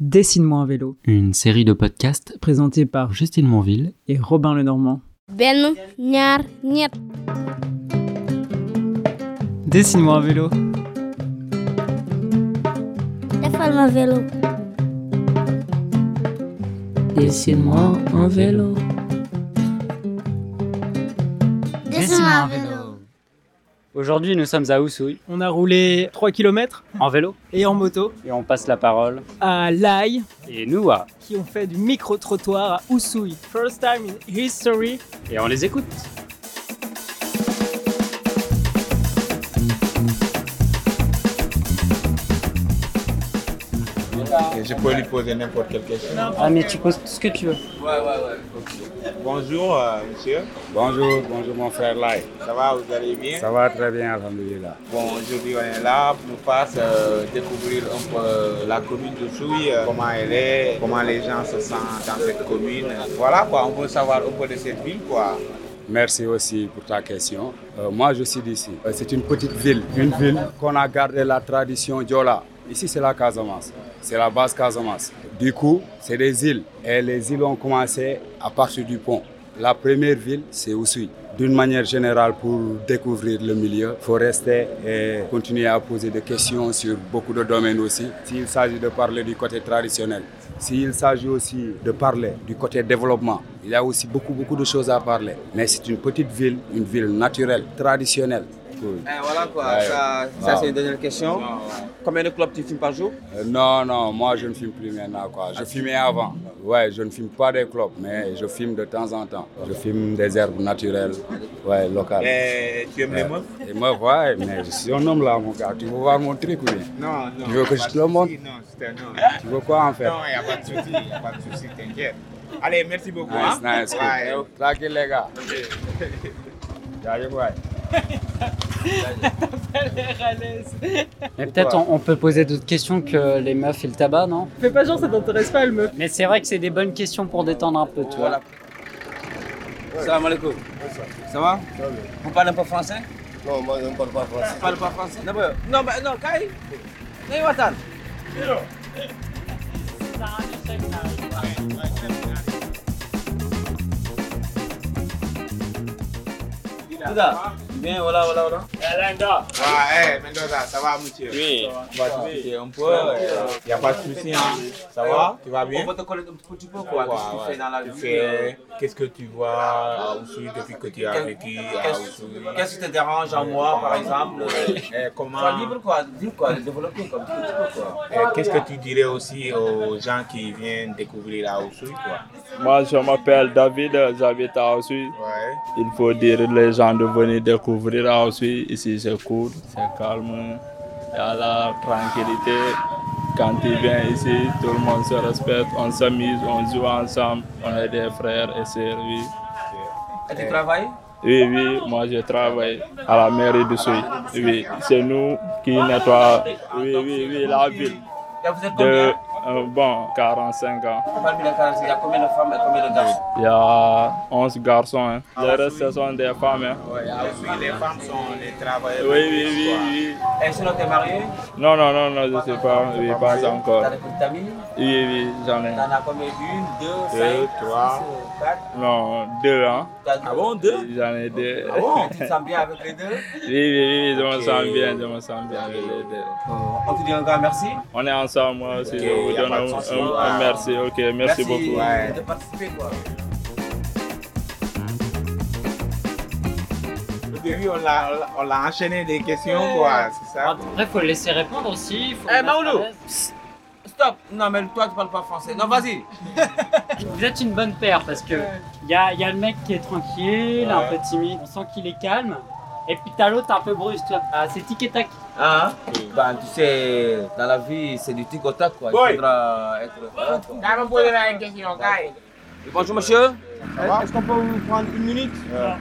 Dessine-moi un vélo, une série de podcasts présenté par Justine Monville. et Robin Lenormand. benn ñaar ñett Dessine-moi un vélo. defal ma vélo Dessine-moi un vélo. Dessine-moi un vélo. Aujourd'hui, nous sommes à Oussouille, On a roulé 3 km en vélo, et en moto et on passe la parole. à Lai, Et nous, ah, à... qui ont fait du micro-trottoir à Oussouille. First time in history. et on les écoute. Et je peux lui poser n'importe quelle question. Ah, mais tu poses tout ce que tu veux. Bonjour, euh, monsieur. Bonjour, bonjour mon frère Lai. Ça va, vous allez bien Ça va très bien, Alhamdulillah. Bon, aujourd'hui, on est là pour nous faire euh, découvrir un peu euh, la commune de Souille, euh, comment elle est, comment les gens se sentent dans cette commune. Voilà quoi, on veut savoir un peu de cette ville quoi. Merci aussi pour ta question. Euh, moi, je suis d'ici. Euh, c'est une petite ville, une ville qu'on a gardé la tradition Diola. Ici, c'est la Casamance. C'est la base Casamance. Du coup, c'est des îles. Et les îles ont commencé à partir du pont. La première ville, c'est Oussouy. D'une manière générale, pour découvrir le milieu, il faut rester et continuer à poser des questions sur beaucoup de domaines aussi. S'il s'agit de parler du côté traditionnel, s'il s'agit aussi de parler du côté développement, il y a aussi beaucoup, beaucoup de choses à parler. Mais c'est une petite ville, une ville naturelle, traditionnelle. Cool. Eh, voilà quoi, Ouais. ça, Wow. ça c'est une dernière question. Combien de clubs tu filmes par jour Euh, non, non, moi je ne filme plus maintenant. Quoi. Je fumais avant. Ouais, je ne filme pas des clubs, mais je filme de temps en temps. Je filme des herbes naturelles, ouais, locales. Eh, Et tu aimes les meufs Et moi, ouais, mais je suis un homme là, mon gars. Tu veux voir mon truc ou bien Non, non. Tu veux que pas je de te le montre souci, Non, c'est un non. Tu veux quoi en fait Non, il n'y a pas de souci, il n'y a pas de souci, t'inquiète. Allez, merci beaucoup. Nice, hein. nice. Ouais, cool. Tranquille les gars. Jaajëf waay. Mais peut-être on, on peut poser d'autres questions que les meufs et le tabac, non Fais pas genre, ça t'intéresse pas, le meuf. Mais c'est vrai que c'est des bonnes questions pour détendre un peu, tu vois. Voilà. Salam alaikum. Ça va Vous parlez un peu français Non, moi je ne parle pas français. Tu parles pas français Non, mais non, mais- non, Kai Kai Watan Tuda Bien, voilà, voilà, voilà. Ouais, hey, Mendoza, ça va, monsieur Oui. On va discuter un peu. Il n'y a pas de souci, hein. Ça va Tu vas bien On va te connaître un petit peu quoi. Qu'est-ce que tu fais dans la Tu vie euh, fais- Qu'est-ce que tu vois à Oussouy depuis que tu as Qu'est- vécu à Qu'est-ce Oussouy qu'est-ce qui te dérange en moi, par exemple Eh, Sois Comment libre quoi, libre quoi, développer comme tu veux quoi. eh, Qu'est-ce que tu dirais aussi aux gens qui viennent découvrir à Oussouy quoi Moi, je m'appelle David, j'habite à Osui. Ouais. Il faut dire les gens de venir découvrir à Osui. Ici, c'est cool, c'est calme, il y a la tranquillité. Quand tu viens ici, tout le monde se respecte, on s'amuse, on joue ensemble, on est des frères et sœurs, oui. Et tu travailles Oui, oui, moi je travaille à la mairie de Souy. Oui, c'est nous qui nettoie, oui, oui, oui, la ville. Et vous êtes De, combien euh, bon, 45 ans. Parmi les 46, il y a combien de femmes et combien de garçons Il y a 11 garçons. hein. Le reste, ce sont des femmes. hein. Ouais, à Oussouy, les femmes sont les Oui, travailleurs. oui, oui, oui. Et sinon, t'es marié Non, non, non, non, je ne sais pas. Oui, pas encore. T'as des petites amies Oui, oui, j'en ai. T'en as combien Une, deux, Deux, cinq, trois. six, quatre Non, deux, hein. T'as- Ah bon, deux J'en ai deux. Ah bon Tu te sens bien avec les deux Oui, oui, oui, je me sens bien, je me sens bien avec les deux. Euh, On te dit un grand merci. On est ensemble, moi aussi. Ok, je vous y a donne pas de un, souci. un- un merci. Ok, merci, beaucoup. Ouais. de participer quoi. Au début, on l'a- on l'a- on l'a enchaîné des questions, quoi, c'est ça Après, faut le laisser répondre aussi. Faut Eh, le mettre à Maoulou. l'aise. Stop Non mais toi tu parles pas français. Non vas-y Vous êtes une bonne paire parce que il y a, y a le mec qui est tranquille, un peu timide, on sent qu'il est calme. Et puis t'as l'autre un peu brusque, toi. Ah, c'est tic et tac. Hein Ben tu sais, dans la vie c'est du tic au tac quoi. Boy. Il faudra être... voilà, quoi. Là, vous posez la question, Bonjour monsieur va Est-ce qu'on peut vous prendre une minute Ah.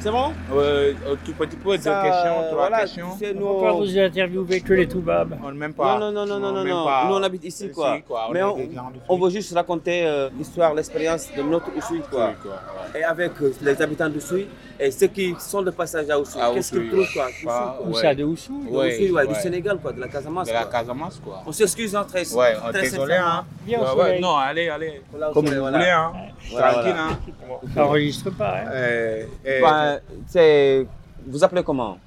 C'est bon Euh, euh, tout petit peu, deux Ça, questions, trois Euh, voilà, questions. C'est On peut nos... vous interviewer que les toubabs. On ne même pas. Non, non, non, non, On non, non, même non. pas. Nous, on habite ici, quoi. On Mais est on, des gens de on Suisse. veut juste raconter euh, l'histoire, l'expérience de notre Usui, quoi. Oui, quoi, ouais. Et avec euh, les habitants d'Usui et ceux qui sont de passage à Usui. À Qu'est-ce Oussouy, qu'ils trouvent, ouais. quoi Oussouy, Pas- quoi. Ou ouais. ça, de Oussou. ouais, De Oussouy, ouais, du ouais. Sénégal, quoi, de la Casamance. De la quoi. Casamance, quoi. On s'excuse, hein, très Ouais, on très est désolé, sincèrement. hein. Bien Ouais, au ouais, soleil. non, allez, allez. Voilà, Comme Oussouy, vous voilà. voulez, hein. Voilà, Tranquille, voilà. hein. Ça enregistre pas. hein. Euh, euh, Ben, c'est- vous appelez comment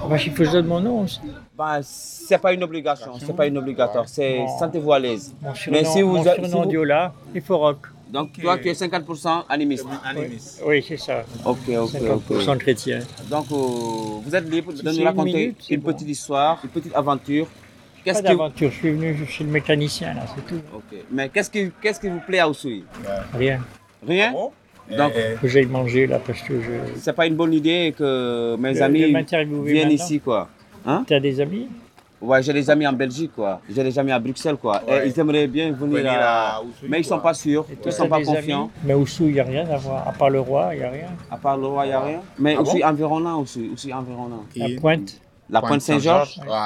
Bah, il faut que je donne mon nom aussi. ben, c'est pas une obligation, c'est pas une obligatoire, c'est Non. sentez-vous à l'aise. Mon Mais surnom, si vous mon a- surnom si vous- Diola et Foroc. Donc toi tu es 50% animiste. animiste. Oui, c'est ça. Ok, ok, 50% chrétien. Donc euh, vous êtes libre de C'est nous une raconter une, minute, c'est bon. petite histoire, une petite aventure. Pas Qu'est-ce qui... d'aventure. Je suis venu chez le mécanicien, là, c'est tout. Ok. Mais qu'est-ce qui, qu'est-ce qui vous plaît à Oussoui Rien. Ah Rien Bon. Donc Euh, Faut que j'aille manger, là, parce que je. c'est pas une bonne idée que mes de- de amis m'interviewer viennent maintenant. ici quoi. T'as des amis Ouais, j'ai des amis en Belgique quoi, j'ai des amis à Bruxelles quoi. Ouais. Et ils aimeraient bien venir, Venir à... à Oussouy, Mais ils sont quoi. pas sûrs, Et toi, ils sont t'as pas des confiants. amis Mais Oussou, il n'y a rien à voir. À part le roi, il n'y a rien. À part le roi, il n'y a rien. Mais Ah aussi environnant aussi, aussi environnant. Et- La pointe, La pointe Saint-Georges, Ouais, ouais.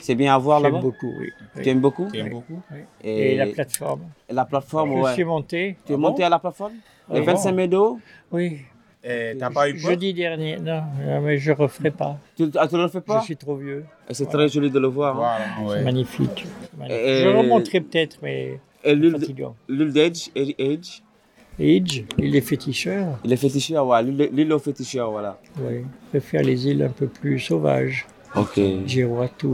c'est bien à voir j'aime là-bas. beaucoup, oui. Tu aimes beaucoup T'aimes beaucoup Et la plateforme. la plateforme, Je Oh, ouais. suis Ah monté. Tu es monté à la plateforme Les Oui. 25 mètres de haut Oui, Et Eh, t'as pas eu peur jeudi dernier. Non, non, mais je referai pas. Tu ah, tu ne le fais Je pas suis trop vieux. Et C'est très joli de le voir. hein. Voilà, ouais. Magnifique. Magnifique. Et- Je remonterai peut-être, mais Et l'huile de- fatigant. l'huile d'Edge, Ed- Edge, Et Idj, il est féticheur. il est féticheur, ouais, l'huile l'huile au féticheur, voilà. Oui, je préfère les îles un peu plus sauvages. Ok. Girwatu,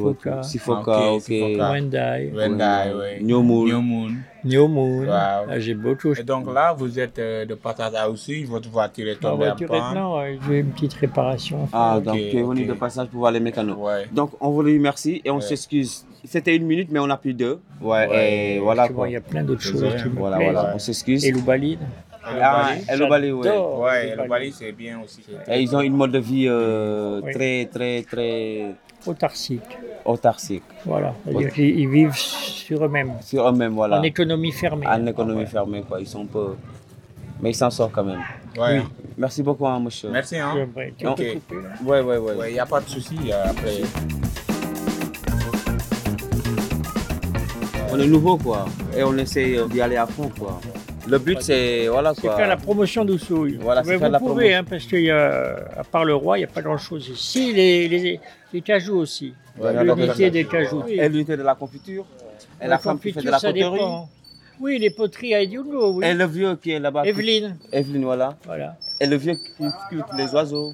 Foka, Sifoka, Ah, Ok, ok. Sifoka. Wendai, Wendai, ouais. Nyomoul. New Moon. Nyomun. Wow. Ah, J'ai beaucoup. Et donc là, vous êtes euh, de passage à aussi, votre voiture est Ma tombée en voiture est- panne. non, euh, j'ai une petite réparation. Ah, Ok, donc tu es venu ok. de passage pour voir les mécanos. Ouais. Donc on vous remercie et on Ouais. s'excuse. C'était une minute, mais on a plus deux. Ouais, Ouais. et voilà Tu vois, quoi. il y a plein d'autres choses Désolé, qui me Voilà, plaisent. voilà, on Et s'excuse. l'Oubaline. Ah, et le Bali, ouais. J'adore Ouais, oh, le le Bali. Bali, c'est bien aussi. Et ils ont une mode de vie euh, Oui. très, très, très Autarcique. autarcique. Voilà. C'est-à-dire qu'ils ils vivent sur eux-mêmes. Sur eux-mêmes, voilà. En économie fermée. En Ah économie Voilà. fermée, quoi. Ils sont un peu. Mais ils s'en sortent quand même. Ouais. Merci beaucoup, hein, monsieur. Merci, hein. Je vais- tu Ok. peux couper, là. Ouais, ouais, ouais. Ouais, il n'y a pas de souci euh, après. On est nouveau, quoi. Et on essaie euh, d'y aller à fond, quoi. Le but, c'est. Voilà, C'est quoi. faire la promotion d'Oussouille. Voilà, c'est Mais faire vous la pouvez, hein, parce que euh, à part le roi, il n'y a pas grand-chose ici. Les, les, les cajous aussi. Ouais, la L'unité confiture. des cajous. Et l'unité de la confiture. Et la, femme qui fait de la ça poterie. dépend. Oui, les poteries à Edioungo, oui. Et le vieux qui est là-bas. qui- Evelyne, Evelyne, voilà. voilà. Et le vieux qui sculpte les oiseaux.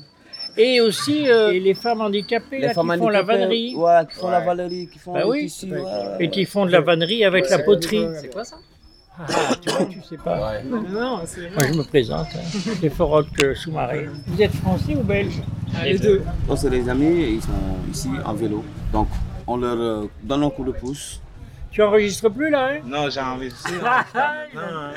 Et aussi euh, et les femmes handicapées là, qui font la handicapées, vannerie. Voilà, qui font la Ouais. vannerie, qui font Bah le oui. tissu, ouais, ouais, Et qui font de la vannerie avec la poterie. C'est quoi ça ah, tu vois, tu sais pas. Ouais. Non, Moi, je me présente. Hein. Les Foroc sous-marins. Vous êtes français ou belge Ah, Les deux. Donc c'est les amis, et ils sont ici en vélo. Donc on leur euh, donne un coup de pouce. Tu enregistres plus là hein Non, j'ai envie de ça. hein.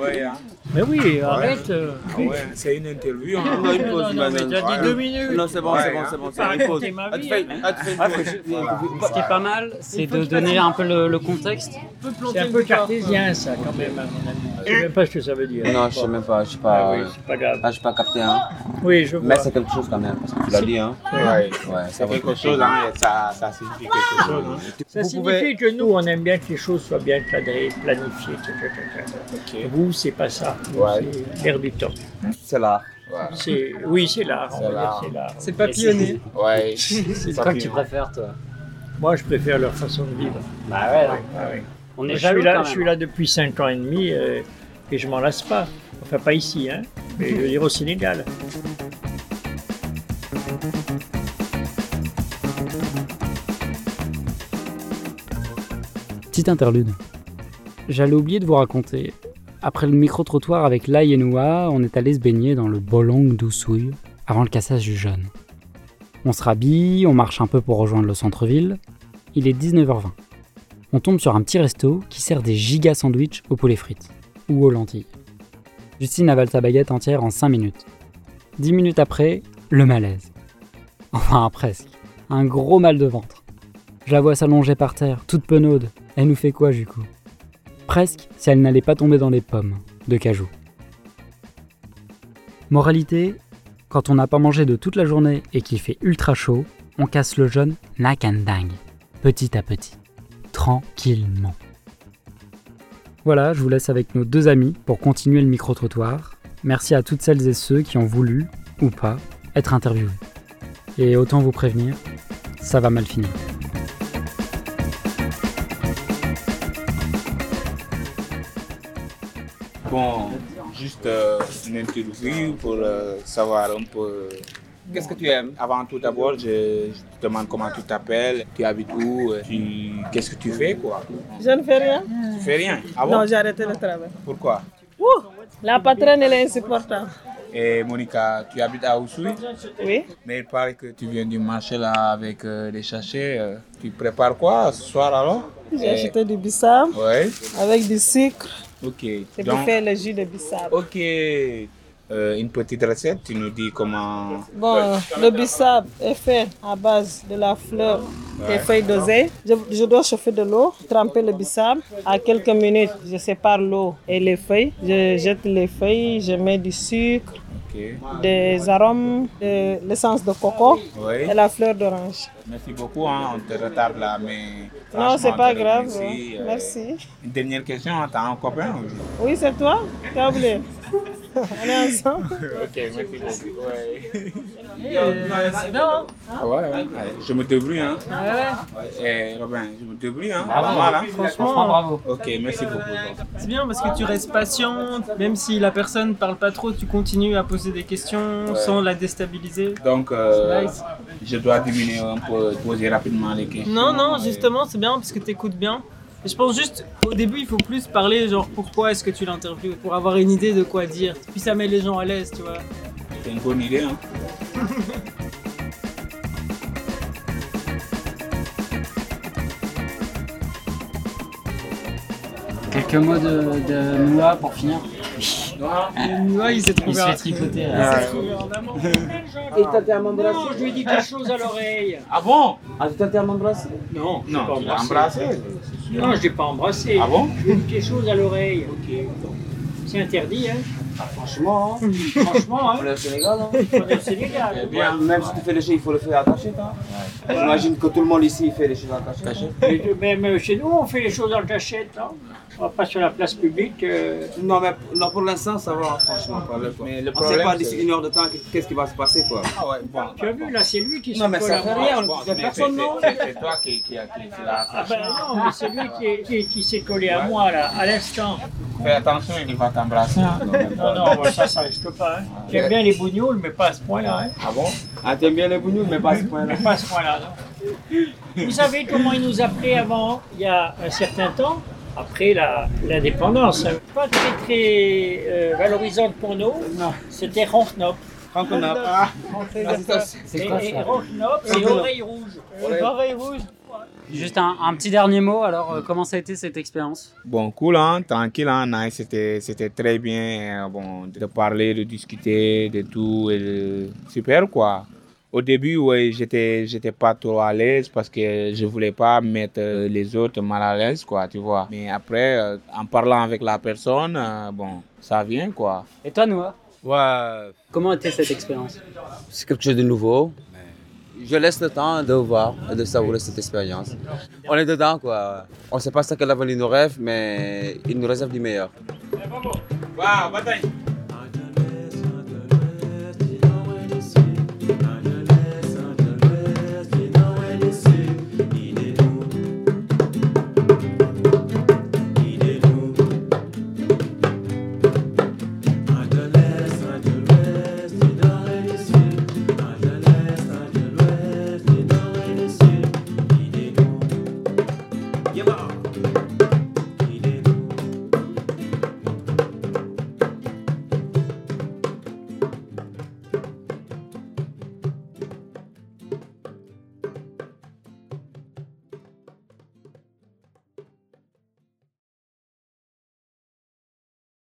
Ouais, hein. Mais oui, arrête. euh. Ah ouais, c'est une interview. hein. Non, une Non, pause, non, mais madame. t'as dit Ouais. deux minutes. Non, c'est bon, Ouais, c'est bon, hein. c'est bon, c'est bon. Arrête, Une pause. t'es ma Ah, tu vie, fais- hein. ah, tu fais une pause. Voilà. Ce qui est pas mal, c'est de donner un peu le, le contexte. C'est un peu cartésien ça quand même. hein, mon ami. Je sais même pas ce que ça veut dire. Non, je sais même pas, je suis Ah pas. oui, c'est pas grave. Ah, je suis pas capté, hein. Oui, je vois. Mais c'est quelque chose quand même, parce que tu l'as dit, hein. Ouais. Ouais, ça C'est va. quelque chose, hein, et ça, ça signifie quelque chose. hein. Ça Vous signifie pouvez- que nous, on aime bien que les choses soient bien cadrées, planifiées. etc., etc. Ok. Vous, c'est pas ça. Vous, Ouais. C'est l'air du temps. C'est là. Voilà. C'est- Oui, c'est l'art. on C'est va dire, l'art. C'est l'art. C'est papillonné. Ouais. C'est Ça quoi que pue, tu hein. préfères, toi Moi, je préfère leur façon de vivre. Bah ouais, Ouais, ouais, ouais. on Moi, est Je suis jaloux là, quand je suis même. là depuis 5 ans et demi euh, et je m'en lasse pas. Enfin, pas ici, hein, mais je veux dire au Sénégal. Petite interlude. J'allais oublier de vous raconter. Après le micro-trottoir avec Lai et Noua, on est allé se baigner dans le Bolong d'Oussouille avant le cassage du jeûne. On se rhabille, on marche un peu pour rejoindre le centre-ville. Il est 19h20. On tombe sur un petit resto qui sert des giga sandwichs au poulet frites ou aux lentilles. Justine avale sa baguette entière en 5 minutes. 10 minutes après, le malaise. Enfin, presque. Un gros mal de ventre. Je la vois s'allonger par terre, toute penaude. Elle nous fait quoi, du coup Presque si elle n'allait pas tomber dans les pommes de cajou. Moralité, Quand on n'a pas mangé de toute la journée et qu'il fait ultra chaud, on casse le jeûne nac and dingue, petit à petit, tranquillement. Voilà, je vous laisse avec nos deux amis pour continuer le micro-trottoir. Merci à toutes celles et ceux qui ont voulu, ou pas, être interviewés. Et autant vous prévenir, ça va mal finir. Bon, juste euh, une interview pour euh, savoir un peu. Qu'est-ce que tu aimes Avant tout d'abord, je, je te demande comment tu t'appelles, tu habites où, euh, tu- qu'est-ce que tu fais quoi Je ne fais rien. Tu fais rien Ah bon Non, j'ai arrêté le travail. Pourquoi Ouh, la patronne, elle est insupportable. Et Monica, tu habites à Oussoui Oui. Mais il paraît que tu viens du marché là avec euh, les sachets. euh. tu prépares quoi ce soir alors J'ai Eh, acheté du bissap Ouais. avec du sucre. Ok. C'est pour Donc, faire le jus de bissap. ok. euh, une petite recette, tu nous dis comment. Bon, euh, le bissap est fait à base de la fleur Ouais. des feuilles d'oseille. Je, je dois chauffer de l'eau, tremper le bissap. À quelques minutes, je sépare l'eau et les feuilles. Je jette les feuilles, je mets du sucre, Ok. des arômes, de l'essence de coco Ouais. et la fleur d'orange. Merci beaucoup, hein, on te retarde là, mais. Ah, Non, c'est franchement, pas on te grave. hein. remercie, euh, Merci. Une dernière question, hein, t'as un copain ou- Oui, c'est toi Tu as oublié On est ensemble Ok, merci beaucoup. Ouais. Non Ah ouais, ouais. Ouais, Je me débrouille, hein. Eh, Robin, je me débrouille, hein. Pas mal, hein. Franchement, bravo. Ok, merci beaucoup. C'est bien parce que tu restes patiente, même si la personne parle pas trop, tu continues à poser des questions Ouais. sans la déstabiliser. Donc, euh, Nice. je dois diminuer un peu, poser rapidement les questions. Non, non, et- justement, c'est bien parce que t'écoutes bien. Et je pense juste, au début, il faut plus parler, genre pourquoi est-ce que tu l'interviews, pour avoir une idée de quoi dire. Puis ça met les gens à l'aise, tu vois. C'est une bonne idée, hein. Quelques mots de, de Noah pour finir. Noah, il s'est trouvé Il se un- fait tripoter. il s'est là. trouvé un amant. Et t'as été à m'embrasser Non, je lui ai dit quelque chose à l'oreille. Ah bon Ah, t'as été à m'embrasser Non, je l'ai Non, pas tu l'as embrassé. Non, je l'ai pas embrassé. Ah bon Je lui ai dit quelque chose à l'oreille. C'est interdit, hein Franchement, hein. Franchement, hein on est au Sénégal. Hein. On est au Sénégal. Eh bien, même si tu fais les choses, il faut le faire attaché. Hein. J'imagine que tout le monde ici fait les choses attachées. Mais de- mais- mais euh, chez nous, on fait les choses en cachette. hein. On va pas sur la place publique. euh. Non, mais non, pour l'instant, ça va, franchement. Mais le on problème, sait pas c'est- d'ici une heure de temps qu'est-ce qui va se passer. quoi. Ah ouais, bon. Tu as vu, là, c'est lui qui se Non, mais colle ça à fait moi. rien, on Bon, ne disait mais personne, c'est- non c'est- C'est toi qui, qui, a- qui, qui l'a Ah ben non, mais c'est lui qui, est- qui, est- qui s'est collé à moi, là, à l'instant. Fais attention, il va t'embrasser. hein. Non, non, ouais, ça, ça risque pas. hein. J'aime bien les bougnoules, mais pas à ce point-là. hein. Ah bon Ah, t'aimes bien les bougnoules, mais pas à ce point-là. Mais pas à ce point-là, non. Vous savez comment ils nous appelaient avant, il y a un certain temps, après la- l'indépendance hein. Pas très, très euh, valorisante pour nous, c'était Ronknop. Franconap. Ah, Et- quoi, ça et Ronknop, c'est oreille rouge. Oreille rouge. Juste un, un petit dernier mot, alors euh, comment ça a été cette expérience Bon, cool, hein, tranquille, hein, nice, c'était, c'était très bien euh, bon, de parler, de discuter, de tout, et de- super quoi. Au début, ouais, j'étais, j'étais pas trop à l'aise parce que je voulais pas mettre euh, les autres mal à l'aise, quoi, tu vois. Mais après, euh, en parlant avec la personne, euh, bon, ça vient, quoi. Et toi, Noah Ouais, Comment était cette expérience c'est quelque chose de nouveau. Je laisse le temps de voir et de savourer cette expérience. On est dedans, quoi. On ne sait pas ce que l'avenir nous rêve, mais il nous réserve du meilleur. Waouh, bataille